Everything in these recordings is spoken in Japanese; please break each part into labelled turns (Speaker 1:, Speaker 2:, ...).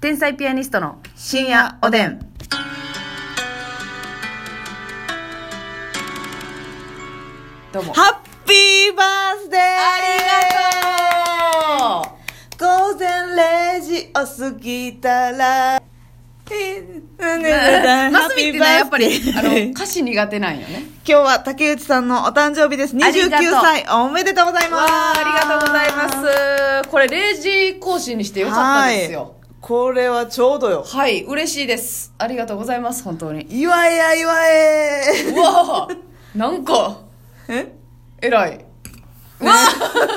Speaker 1: 天才ピアニストの
Speaker 2: 深夜おでん。
Speaker 1: どうも
Speaker 2: ハッピーバースデー
Speaker 1: ありがとう
Speaker 2: 午前0時を過ぎたら、ハ
Speaker 1: マ
Speaker 2: ッ
Speaker 1: スミ
Speaker 2: ピ
Speaker 1: って
Speaker 2: ーバ
Speaker 1: ねや
Speaker 2: ー
Speaker 1: っ
Speaker 2: ス
Speaker 1: ぱ
Speaker 2: デ
Speaker 1: り
Speaker 2: ー
Speaker 1: あの歌詞苦手なんよ ね
Speaker 2: 今日は竹内さんのお誕生日です。
Speaker 1: ありが
Speaker 2: 29
Speaker 1: とう
Speaker 2: 歳、おめでとうございます。
Speaker 1: すこれ0時更新にしてよかったですよ
Speaker 2: はい。これはちょうどよ。
Speaker 1: はい、嬉しいですありがとうございます本当に
Speaker 2: 祝えや祝え
Speaker 1: う わあなんか
Speaker 2: え
Speaker 1: 偉いうわあ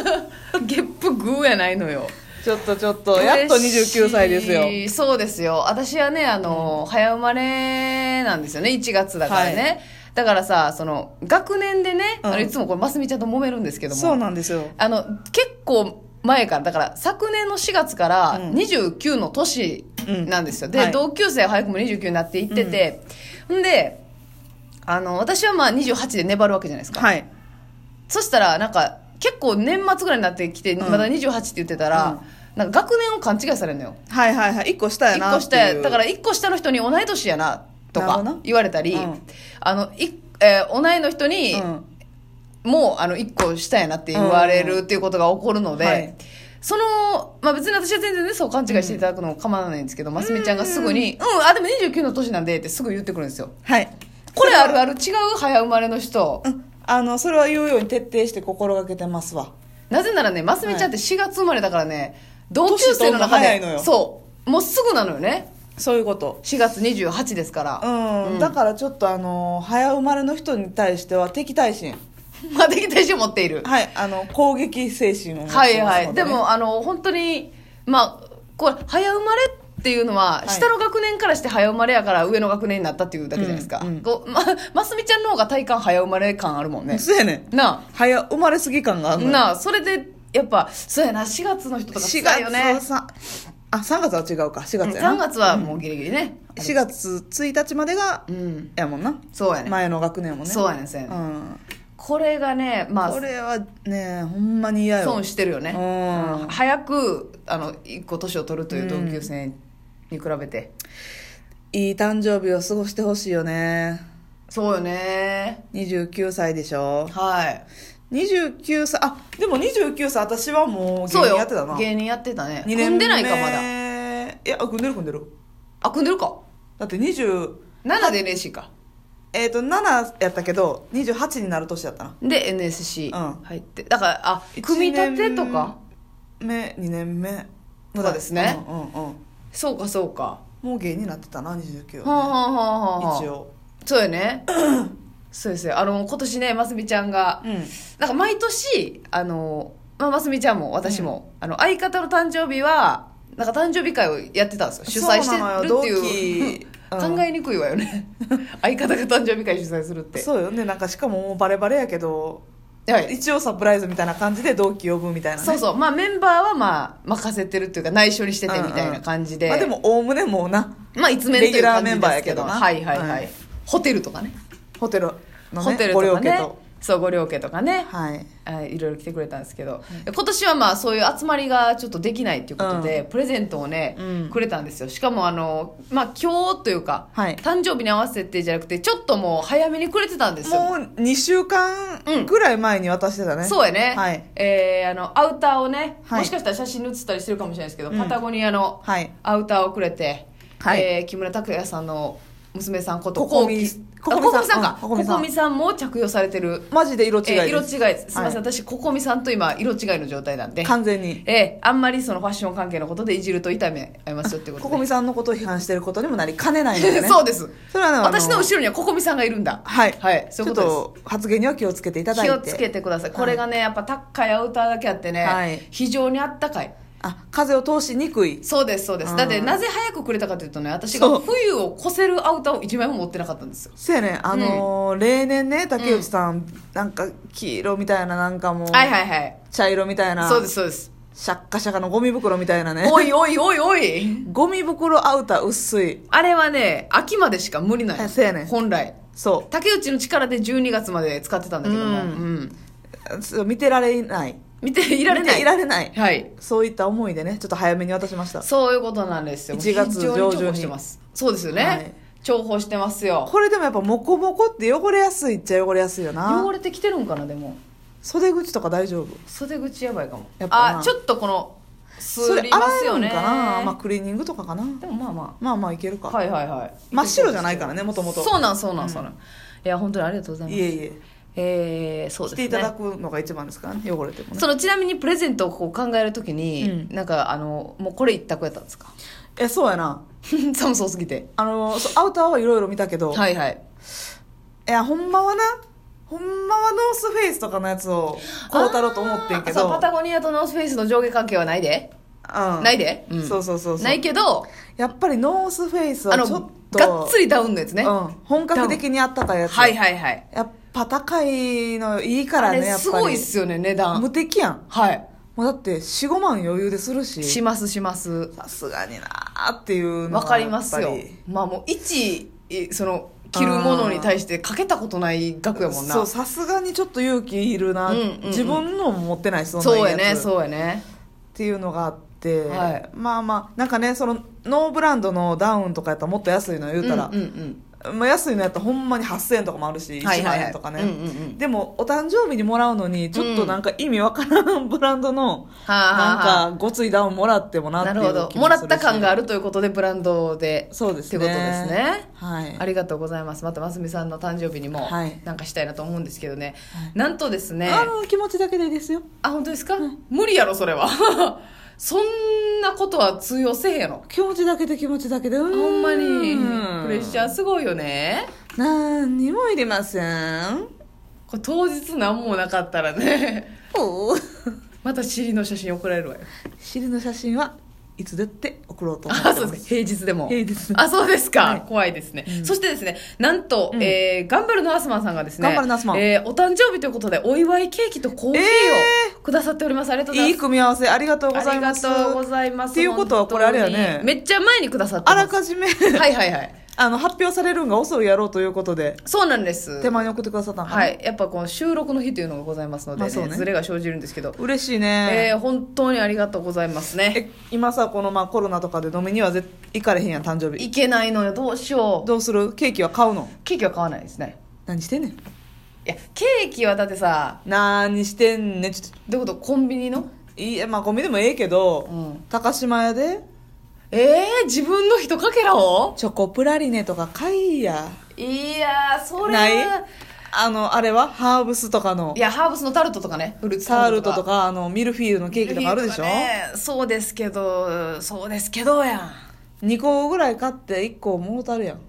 Speaker 1: ゲップグーやないのよ
Speaker 2: ちょっとちょっと、やっと29歳ですよ。
Speaker 1: 嬉しいそうですよ私はねあの、早生まれなんですよね1月だからね、
Speaker 2: は
Speaker 1: だからさその学年でね、
Speaker 2: うん
Speaker 1: あのいつもこれますみちゃんと揉めるんですけども
Speaker 2: そうなんですよ。
Speaker 1: あの結構前からだから昨年の4月から
Speaker 2: うん
Speaker 1: 29の年なんですよ、
Speaker 2: うん
Speaker 1: で、
Speaker 2: はい
Speaker 1: 同級生は早くも29になっていってて、んであの私はまあ28で粘るわけじゃないですか、
Speaker 2: はい。
Speaker 1: そしたらなんか結構年末ぐらいになってきて、
Speaker 2: うん
Speaker 1: まだ28って言ってたら、なんか学年を勘違いされるのよ
Speaker 2: はいはいはい。1個下や
Speaker 1: 1
Speaker 2: な
Speaker 1: 個
Speaker 2: って
Speaker 1: 下
Speaker 2: いう。
Speaker 1: やだから1個下の人に同い年やなと
Speaker 2: なるほ
Speaker 1: か
Speaker 2: どな
Speaker 1: 言われたり、
Speaker 2: うん
Speaker 1: あのいえー同いの人に、
Speaker 2: うん
Speaker 1: もうあの1個下やなって言われるっていうことが起こるので、
Speaker 2: うんはい
Speaker 1: その、まあ、別に私は全然ねそう勘違いしていただくのも構わないんですけど、ますみちゃんがすぐに「うん、あでも29の年なんで」ってすぐ言ってくるんですよ
Speaker 2: はい。
Speaker 1: これある
Speaker 2: あ
Speaker 1: ある違う早生まれの人、
Speaker 2: うん。あの、それは言うように徹底して心がけてますわ。
Speaker 1: なぜならねますみちゃんって4月生まれだからね、同級生の中
Speaker 2: 年取るの早い
Speaker 1: で
Speaker 2: のよ
Speaker 1: そうもうすぐなのよね
Speaker 2: そういうこと。
Speaker 1: 4月28ですから
Speaker 2: うん。
Speaker 1: うん
Speaker 2: だからちょっとあの、早生まれの人に対しては敵対心。
Speaker 1: まあ、敵対心持っている。
Speaker 2: はい。あの、攻撃精神を持ってま
Speaker 1: は
Speaker 2: すので
Speaker 1: い
Speaker 2: ね、
Speaker 1: はい。でも、あの、本当に、まあ、これ、早生まれっていうのは、
Speaker 2: い
Speaker 1: 下の学年からして早生まれやから上の学年になったっていうだけじゃないですか。
Speaker 2: うんうん
Speaker 1: こう、ま、ますみちゃんの方が体感早生まれ感あるもんね。
Speaker 2: そうやねん。
Speaker 1: な
Speaker 2: 早生まれすぎ感があ
Speaker 1: あ、
Speaker 2: るのよ。
Speaker 1: なあ、それで、やっぱ、そうやな、4月の人とか
Speaker 2: 4
Speaker 1: 辛い
Speaker 2: 月
Speaker 1: よ
Speaker 2: は
Speaker 1: ね。
Speaker 2: さあ、3月は違うか。4
Speaker 1: うん
Speaker 2: 月やな。
Speaker 1: 3月はもうギリギリね。
Speaker 2: 4月1日までが、
Speaker 1: うん。
Speaker 2: やもんな。
Speaker 1: そうやね。
Speaker 2: 前の学年もね。
Speaker 1: そうやねん、そうや
Speaker 2: う
Speaker 1: ねん。
Speaker 2: ん。
Speaker 1: これがね、まあ
Speaker 2: こ、れはね、ほんまに嫌よ
Speaker 1: 損。してるよね。
Speaker 2: うん
Speaker 1: うん早く、あの、一個年を取るという同級生に比べて。
Speaker 2: いい誕生日を過ごしてほしいよね。
Speaker 1: そうよね
Speaker 2: 29歳でしょ
Speaker 1: はい
Speaker 2: 29歳あでも29歳私はもう
Speaker 1: そう
Speaker 2: 芸人
Speaker 1: よ
Speaker 2: やってたな
Speaker 1: 芸人やってたね
Speaker 2: 二
Speaker 1: 組んでないかまだ
Speaker 2: だいや組んでる組んでる
Speaker 1: あ組んでるか
Speaker 2: だって20
Speaker 1: 7で NSC か
Speaker 2: えっ、と7やったけど28になる年やったな
Speaker 1: で NSC
Speaker 2: うん
Speaker 1: 入って、だからあ組み立てとか
Speaker 2: 1年目2年目
Speaker 1: とかですね
Speaker 2: うんうんうん
Speaker 1: そうかそうか
Speaker 2: もう芸人になってたな
Speaker 1: は
Speaker 2: 29
Speaker 1: あ、
Speaker 2: は、ね、
Speaker 1: はあはあはあ、
Speaker 2: 一応
Speaker 1: そうよね そうですよあの今年ねますみちゃんが
Speaker 2: うん
Speaker 1: なんか毎年あの、まあ、ますみちゃんも私も、あの相方の誕生日はなんか誕生日会をやってたんですよ主催してるっていう
Speaker 2: そうなのよ同期うん
Speaker 1: 考えにくいわよ ね相方が誕生日会主催するって
Speaker 2: そうよねなんかしかももうバレバレやけど
Speaker 1: はい
Speaker 2: 一応サプライズみたいな感じで同期呼ぶみたいなね
Speaker 1: そうそうまあメンバーはまあ任せてるっていうか内緒にしててみたいな感じで、
Speaker 2: まあでもおおむねもうな
Speaker 1: まあいつめんという感じ
Speaker 2: レギュラーメンバー
Speaker 1: です
Speaker 2: や
Speaker 1: け
Speaker 2: け
Speaker 1: ど
Speaker 2: どな
Speaker 1: はいはいはい、
Speaker 2: うん
Speaker 1: ホテルとかね
Speaker 2: ホテルの、ね、
Speaker 1: ホテル
Speaker 2: ご
Speaker 1: と
Speaker 2: 両
Speaker 1: か
Speaker 2: 家
Speaker 1: ね
Speaker 2: と
Speaker 1: そうご両家とかね、
Speaker 2: はい
Speaker 1: あいろいろ来てくれたんですけど、今年はまあそういう集まりがちょっとできないということで、プレゼントをね、
Speaker 2: うん
Speaker 1: くれたんですよしかもあの、まあ、今日というか、
Speaker 2: はい
Speaker 1: 誕生日に合わせてじゃなくてちょっともう早めにくれてたんですよ
Speaker 2: もう2週間ぐらい前に渡してたね、
Speaker 1: そうやね、
Speaker 2: はい
Speaker 1: えーあのアウターをね、
Speaker 2: はい
Speaker 1: もしかしたら写真に写ったりしてるかもしれないですけど、
Speaker 2: うん
Speaker 1: パタゴニアの
Speaker 2: はい
Speaker 1: アウターをくれて、
Speaker 2: はい
Speaker 1: えー木村拓哉さんの娘さんこと
Speaker 2: ここみ
Speaker 1: こ
Speaker 2: ここみ
Speaker 1: ここ
Speaker 2: さん
Speaker 1: みさんか
Speaker 2: うん
Speaker 1: こ
Speaker 2: ここみさん
Speaker 1: こみさんも着用されてる
Speaker 2: マジで色違いです、
Speaker 1: えー色違いですすみません、
Speaker 2: は
Speaker 1: 私ここみさんと今色違いの状態なんで
Speaker 2: 完全に
Speaker 1: えーあんまりそのファッション関係のことでいじると痛い目合いますよってことで
Speaker 2: ここみさんのことを批判してることにもなりかねないのでね
Speaker 1: そうです
Speaker 2: それはねあ
Speaker 1: 私の後ろにはここみさんがいるんだ
Speaker 2: はい、
Speaker 1: はいそういうこと
Speaker 2: ち
Speaker 1: です
Speaker 2: ょっと発言には気をつけていただい
Speaker 1: 気
Speaker 2: て
Speaker 1: をつけてくださいこれがねやっぱ高いアウターだけあってね、
Speaker 2: はい
Speaker 1: 非常にあったかい
Speaker 2: あ風を通しにくい
Speaker 1: そうですそうで
Speaker 2: う
Speaker 1: す
Speaker 2: ん
Speaker 1: だってなぜ早くくれたかというとね私が
Speaker 2: そう
Speaker 1: 冬を越せるアウターを一枚も持ってなかったんですよ
Speaker 2: そうやねあのー例年ね竹内さん、なんか黄色みたいななんかもう、
Speaker 1: はいはいはい
Speaker 2: 茶色みたいな
Speaker 1: そうですそう です
Speaker 2: シャッカシャカのゴミ袋みたいなね
Speaker 1: おいおいおいおい
Speaker 2: ゴミ袋アウター薄い
Speaker 1: あれはね秋までしか無理なん
Speaker 2: あそうやねん
Speaker 1: 本来
Speaker 2: そ
Speaker 1: 竹内の力で12月まで使ってたんだけども、
Speaker 2: う
Speaker 1: うん
Speaker 2: う見てられない
Speaker 1: 見ていられ
Speaker 2: 見
Speaker 1: な
Speaker 2: て
Speaker 1: い
Speaker 2: いられない
Speaker 1: はい
Speaker 2: そういった思いでねちょっと早めに渡しました
Speaker 1: そういうことなんですよ
Speaker 2: 1月
Speaker 1: 非
Speaker 2: 上旬に
Speaker 1: 常重宝してますそうですよね、
Speaker 2: はい
Speaker 1: 重宝してますよ
Speaker 2: これでもやっぱモコモコって汚れやすいっちゃ汚れやすいよな
Speaker 1: 汚れてきてるんかなでも
Speaker 2: 袖口とか大丈夫
Speaker 1: 袖口やばいかも
Speaker 2: やっぱな
Speaker 1: あちょっとこの
Speaker 2: そ
Speaker 1: す
Speaker 2: れ
Speaker 1: りますよね
Speaker 2: 洗えるんかな、まあ、クリーニングとかかな
Speaker 1: でもまあま
Speaker 2: まあまあいける
Speaker 1: あ
Speaker 2: か、
Speaker 1: はいはいはい
Speaker 2: 真っ白じゃないからねもともと
Speaker 1: そうなんそうなんそうなん、いや本当にありがとうございます
Speaker 2: いえいえ
Speaker 1: えーそう
Speaker 2: 着
Speaker 1: です
Speaker 2: て
Speaker 1: ね
Speaker 2: いただくのが一番ですからね汚れてもね
Speaker 1: そのちなみにプレゼントをこう考えるときに、
Speaker 2: う
Speaker 1: なんかあのもうこれ一択やったんですか
Speaker 2: えそうやな
Speaker 1: 寒そうすぎて
Speaker 2: あのそうアウターはいろいろ見たけど、
Speaker 1: はいはい
Speaker 2: い、やほんまはなほんまはノースフェイスとかのやつをこうたろうと思ってんけ
Speaker 1: あそ
Speaker 2: ど
Speaker 1: うパタゴニアとノースフェイスの上下関係はないで、
Speaker 2: うん、
Speaker 1: ないで、ん
Speaker 2: そうそうそうそう
Speaker 1: ないけど
Speaker 2: やっぱりノースフェイス
Speaker 1: あ
Speaker 2: は
Speaker 1: の
Speaker 2: ちょっと
Speaker 1: がっつりダウンのやつね、
Speaker 2: う
Speaker 1: は
Speaker 2: ん、本格的にあったかいやつ
Speaker 1: いはいはい
Speaker 2: やっぱ高いのいいか
Speaker 1: あ
Speaker 2: ら
Speaker 1: れ
Speaker 2: ねやっぱり
Speaker 1: すごいっすよね値段
Speaker 2: 無敵やん
Speaker 1: はい
Speaker 2: もうだって45万余裕でするし
Speaker 1: しますします
Speaker 2: さすがになーっていうの
Speaker 1: わ
Speaker 2: は
Speaker 1: かります
Speaker 2: やっ
Speaker 1: よ
Speaker 2: ぱり
Speaker 1: まあもう一えその着るものに対してかけたことない額やもんな
Speaker 2: そうさすがにちょっと勇気いるな、
Speaker 1: うんうんうん
Speaker 2: 自分のも持ってないしそんなに
Speaker 1: そうやね
Speaker 2: やつっ
Speaker 1: そうやね
Speaker 2: ていうのがあって、
Speaker 1: はい
Speaker 2: まあまあなんかねそのノーブランドのダウンとかやったらもっと安いの言うたら
Speaker 1: うん、うん
Speaker 2: まあ、安いのやったらほんまに8000円とかもあるし、
Speaker 1: うん、はいはいは
Speaker 2: 1万
Speaker 1: い
Speaker 2: 円とかね、
Speaker 1: うんうんうん
Speaker 2: でもお誕生日にもらうのにちょっとなんか意味わからんブランドの
Speaker 1: はあはあはあ
Speaker 2: なんかごついダウンもらってもなって
Speaker 1: な
Speaker 2: いう
Speaker 1: るほど
Speaker 2: 気
Speaker 1: も
Speaker 2: も
Speaker 1: ら
Speaker 2: するし
Speaker 1: った感があるということでブランドで
Speaker 2: そうです
Speaker 1: と
Speaker 2: ね
Speaker 1: いうことですね
Speaker 2: はい
Speaker 1: ありがとうございますまたますみさんの誕生日にも
Speaker 2: はい
Speaker 1: なんかしたいなと思うんですけどね、なんとですね
Speaker 2: あの気持ちだけでいいですよ
Speaker 1: あ本当ですか、無理やろそれは そんなことは通用せえへんやろ
Speaker 2: 気持ちだけで気持ちだけでほ
Speaker 1: ほんまにプレッシャーすごいよね
Speaker 2: 何にもいりません
Speaker 1: これ当日何もなかったらね
Speaker 2: おー
Speaker 1: また尻の写真送られるわよ
Speaker 2: 尻の写真はいつだって送ろうと思って
Speaker 1: あ
Speaker 2: ま
Speaker 1: そう
Speaker 2: す
Speaker 1: です平日でも
Speaker 2: 平日
Speaker 1: あそうですか、
Speaker 2: はい
Speaker 1: 怖いですね、
Speaker 2: うん
Speaker 1: そしてですねなんと、
Speaker 2: うん
Speaker 1: えー、頑張るナースマンさんがですね
Speaker 2: 頑張るナースマン
Speaker 1: えーお誕生日ということでお祝いケーキとコーヒー
Speaker 2: え
Speaker 1: をくださっております、ありがとうござ
Speaker 2: い
Speaker 1: い
Speaker 2: い
Speaker 1: ます
Speaker 2: 組み合わせありがとうご
Speaker 1: あ
Speaker 2: ざい
Speaker 1: りが
Speaker 2: ます
Speaker 1: とうございます
Speaker 2: っていうことはこれあれやね
Speaker 1: 本当にめっちゃ前にくださって
Speaker 2: あ
Speaker 1: ま
Speaker 2: ら
Speaker 1: す
Speaker 2: かじめ
Speaker 1: はいはいはい
Speaker 2: あの発表されるんが遅いやろうということで
Speaker 1: そうなんです
Speaker 2: 手前に送ってくださったんかな
Speaker 1: はいやっぱこの収録の日というのがございますので、ね
Speaker 2: まあそうね
Speaker 1: ズレが生じるんですけど、
Speaker 2: 嬉しい
Speaker 1: え
Speaker 2: ね、
Speaker 1: ー本当にありがとうございますね
Speaker 2: え今さこのまあコロナとかで飲みには絶行かれへんやん誕生日
Speaker 1: いけないのよどうしよう
Speaker 2: どうするケーキは買うの
Speaker 1: ケーキは買わないですね
Speaker 2: 何してんねん
Speaker 1: いやケーキはだってさ
Speaker 2: 何してんねんちょっ
Speaker 1: どういうことコンビニの
Speaker 2: といいえまあゴミでもええけど、
Speaker 1: うん
Speaker 2: 高島屋で
Speaker 1: えー、自分の一かけらを
Speaker 2: チョコプラリネとか買いや
Speaker 1: いやーそれは
Speaker 2: ないあのあれはハーブスとかの
Speaker 1: いやハーブスのタルトとかねフルーツ
Speaker 2: タルト
Speaker 1: か
Speaker 2: とかあのミルフィーユのケーキとかあるでしょ、
Speaker 1: ねそうですけどそうですけどや
Speaker 2: 2個ぐらい買って1個もうたるやん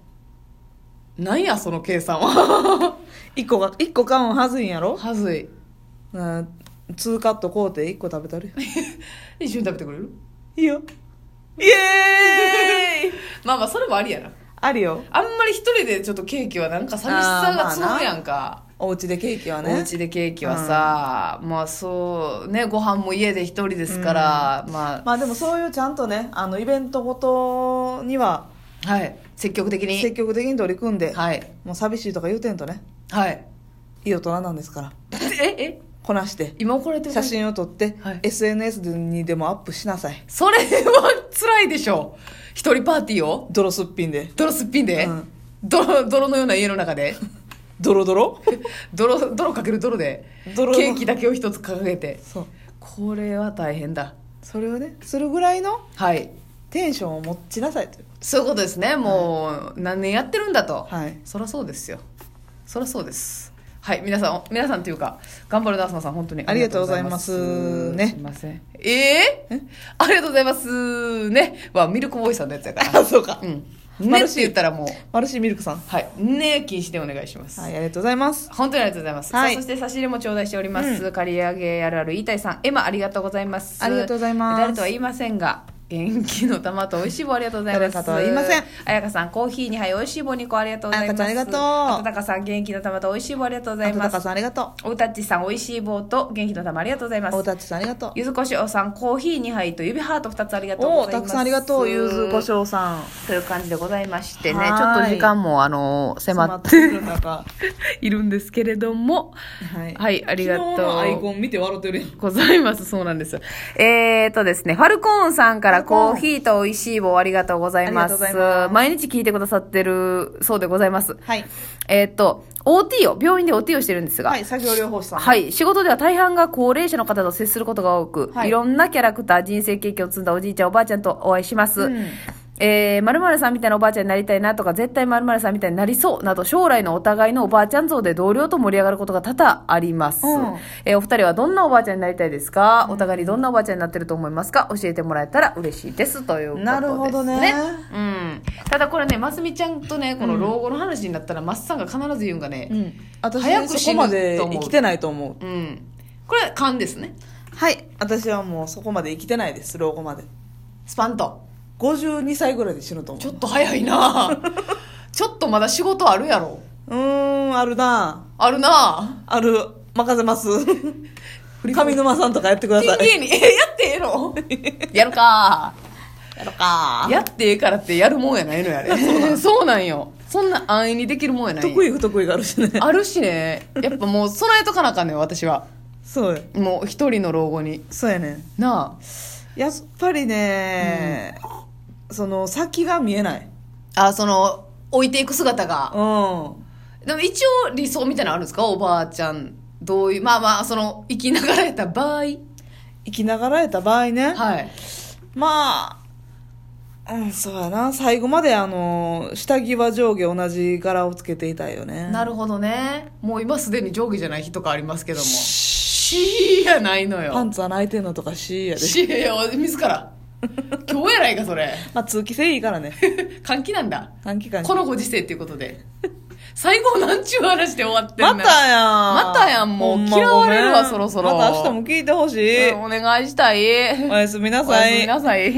Speaker 1: んなんやその計算は
Speaker 2: 1個が一個買うんはずいんやろ
Speaker 1: はずい
Speaker 2: うん2カット買うて1個食べたるやん
Speaker 1: 一緒に食べてくれる
Speaker 2: いいよイエーイ
Speaker 1: まあまあそれもありやな
Speaker 2: あるよ
Speaker 1: あんまり一人でちょっとケーキはなんか寂しさが募るやんか、
Speaker 2: お家でケーキはね
Speaker 1: お家でケーキはさ、まあそうねご飯も家で一人ですから、ま
Speaker 2: まあでもそういうちゃんとねあのイベントごとには
Speaker 1: あはい積極的
Speaker 2: 積
Speaker 1: に
Speaker 2: 極的に取り組んで、
Speaker 1: はい
Speaker 2: もう寂しいとか言うてんとね
Speaker 1: はい
Speaker 2: いい大人なんですから
Speaker 1: ええ
Speaker 2: こなして
Speaker 1: 今怒られてる
Speaker 2: 写真を撮って、
Speaker 1: はい
Speaker 2: SNS にでもアップしなさい
Speaker 1: それは辛いでしょ一人パーティーを
Speaker 2: 泥すっぴんで
Speaker 1: 泥すっぴんで、
Speaker 2: うん
Speaker 1: 泥泥のような家の中 で
Speaker 2: ドロド ロ
Speaker 1: 泥泥かける泥で
Speaker 2: 泥の
Speaker 1: ケーキだけを一つ掲げて
Speaker 2: そう
Speaker 1: これは大変だ
Speaker 2: それをねするぐらいの
Speaker 1: はい
Speaker 2: テンションを持ちなさいという
Speaker 1: そういうことですねもう何年やってるんだと、
Speaker 2: はい
Speaker 1: そりゃそうですよそりゃそうですはい皆さん皆さんというか頑張るダースマンさん本当に
Speaker 2: ありがとうございます
Speaker 1: ありがとうございます
Speaker 2: ね
Speaker 1: すいませんえー、ありがとうございますねはミルクボーイさんのやつやから
Speaker 2: あそうか、
Speaker 1: うん
Speaker 2: マ
Speaker 1: ね
Speaker 2: ル
Speaker 1: っ
Speaker 2: シー
Speaker 1: て言ったらもう
Speaker 2: マルシーミルクさん
Speaker 1: はいね禁止でお願いします、
Speaker 2: はいありがとうございます
Speaker 1: 本当にありがとうございます、
Speaker 2: はい
Speaker 1: さあそして差し入れも頂戴しております、刈り上げあるある言いたいさんエマありがとうございます
Speaker 2: ありがとうございます
Speaker 1: 誰とは言いませんが元気の玉と美味しい棒ありがとうございます。
Speaker 2: 誰かとは言いません
Speaker 1: あやかさん、コーヒーにはい美味しい棒2個ありがとうございます。
Speaker 2: あやかちゃんありがとう
Speaker 1: あたたかさん、元気の玉と美味しい棒ありがとうござい
Speaker 2: あとた
Speaker 1: ま
Speaker 2: か
Speaker 1: す。
Speaker 2: さんありがと
Speaker 1: おうたっちさん、美味しい棒と元気の玉ありがとうございま
Speaker 2: う。お
Speaker 1: す。
Speaker 2: たちさんありがとう。
Speaker 1: ゆずこしおさん、コーヒー2杯と指ハート2つありがとうご
Speaker 2: お
Speaker 1: ざいます。
Speaker 2: たくさんありがとう、ゆずこしょうさん。
Speaker 1: という感じでございましてね、ちょ
Speaker 2: はー
Speaker 1: っ
Speaker 2: い
Speaker 1: と時間も、あの、迫って
Speaker 2: くる中。
Speaker 1: いるんですけれども、
Speaker 2: はい
Speaker 1: はいありがとう
Speaker 2: 昨日のアイコン見て笑ってるやん。
Speaker 1: ございます。そうなんです。えーとですね、ファルコーンさんから
Speaker 2: ファルコー
Speaker 1: コ
Speaker 2: ン
Speaker 1: ーヒーと美味しい棒ありがとうございます。
Speaker 2: ありがとうございます
Speaker 1: 毎日聞いてくださってるそうでございます。
Speaker 2: はい。
Speaker 1: えーと、OT を、病院で OT をしてるんですが、
Speaker 2: はい、作業療法士さん。
Speaker 1: はい。仕事では大半が高齢者の方と接することが多く、
Speaker 2: はい
Speaker 1: い、ろんなキャラクター、人生経験を積んだおじいちゃん、おばあちゃんとお会いします。
Speaker 2: うん
Speaker 1: えー、〇〇さんみたいなおばあちゃんになりたいなとか、絶対〇〇さんみたいになりそうなど、将来のお互いのおばあちゃん像で同僚と盛り上がることが多々あります。
Speaker 2: うん
Speaker 1: えーお二人はどんなおばあちゃんになりたいですか、お互いにどんなおばあちゃんになってると思いますか教えてもらえたら嬉しいです。ということです、ね。
Speaker 2: なるほどね
Speaker 1: うん。ただこれね、ますみちゃんとね、この老後の話になったら、まっさんが必ず言うんがね、
Speaker 2: うん。私、
Speaker 1: 早く死ぬ
Speaker 2: そこまで
Speaker 1: と思う
Speaker 2: 生きてないと思う。
Speaker 1: うん。これ、勘ですね。
Speaker 2: はい。私はもうそこまで生きてないです、老後まで。
Speaker 1: スパンと。
Speaker 2: 52歳ぐらいで死ぬと思
Speaker 1: ちょ
Speaker 2: う。
Speaker 1: っと早い なちょっとまだ仕事あるやろ。
Speaker 2: うーん、あるな
Speaker 1: あるな
Speaker 2: ある。任せ ます。上沼さんとかやってくだ
Speaker 1: ピ
Speaker 2: さ
Speaker 1: ン
Speaker 2: い。
Speaker 1: 芸人、え、やってええ のやるか
Speaker 2: やろか
Speaker 1: やってええからってやるもんやないのやれ。 そうなんよ。そんな安易にできるもんやない。
Speaker 2: 得意不得意があるしね。
Speaker 1: あるしね。やっぱ もう備えとかなあかんねん、私は。
Speaker 2: そうよ。
Speaker 1: もう一人の老後に。
Speaker 2: そうやね。
Speaker 1: な
Speaker 2: やっぱりね、その先が見えない。
Speaker 1: あ。あ、その、置いていく姿
Speaker 2: う
Speaker 1: が。
Speaker 2: ん。
Speaker 1: でも一応理想みたいなのあるんですかおばあちゃん。どういう、まあまあ、その、生きながらやった場合。
Speaker 2: 生きながらえた場合ね。
Speaker 1: はい。
Speaker 2: まあ、うん、そうやな。最後まで、あの、下着は上下同じ柄をつけていたいよね。
Speaker 1: な
Speaker 2: る
Speaker 1: るほどねもう今すでに上下じゃない日とかありますけども「し」やないの
Speaker 2: パ
Speaker 1: よ
Speaker 2: ンツ穴開いてんのとか C
Speaker 1: 「
Speaker 2: やで。
Speaker 1: し」を自ら今日やないかそれ
Speaker 2: まあ、通気性いいからね。
Speaker 1: 換気なんだ
Speaker 2: 短期間
Speaker 1: このご時世っていうことで最後なんちゅう話で終わってん
Speaker 2: ま
Speaker 1: な
Speaker 2: たやん。
Speaker 1: またやんもう
Speaker 2: ほまごめん
Speaker 1: 嫌われるわそろそろ
Speaker 2: また明日も聞いたほしい。
Speaker 1: うんお願いしたい
Speaker 2: おやすみな
Speaker 1: お
Speaker 2: さ
Speaker 1: やす
Speaker 2: い
Speaker 1: み。なさい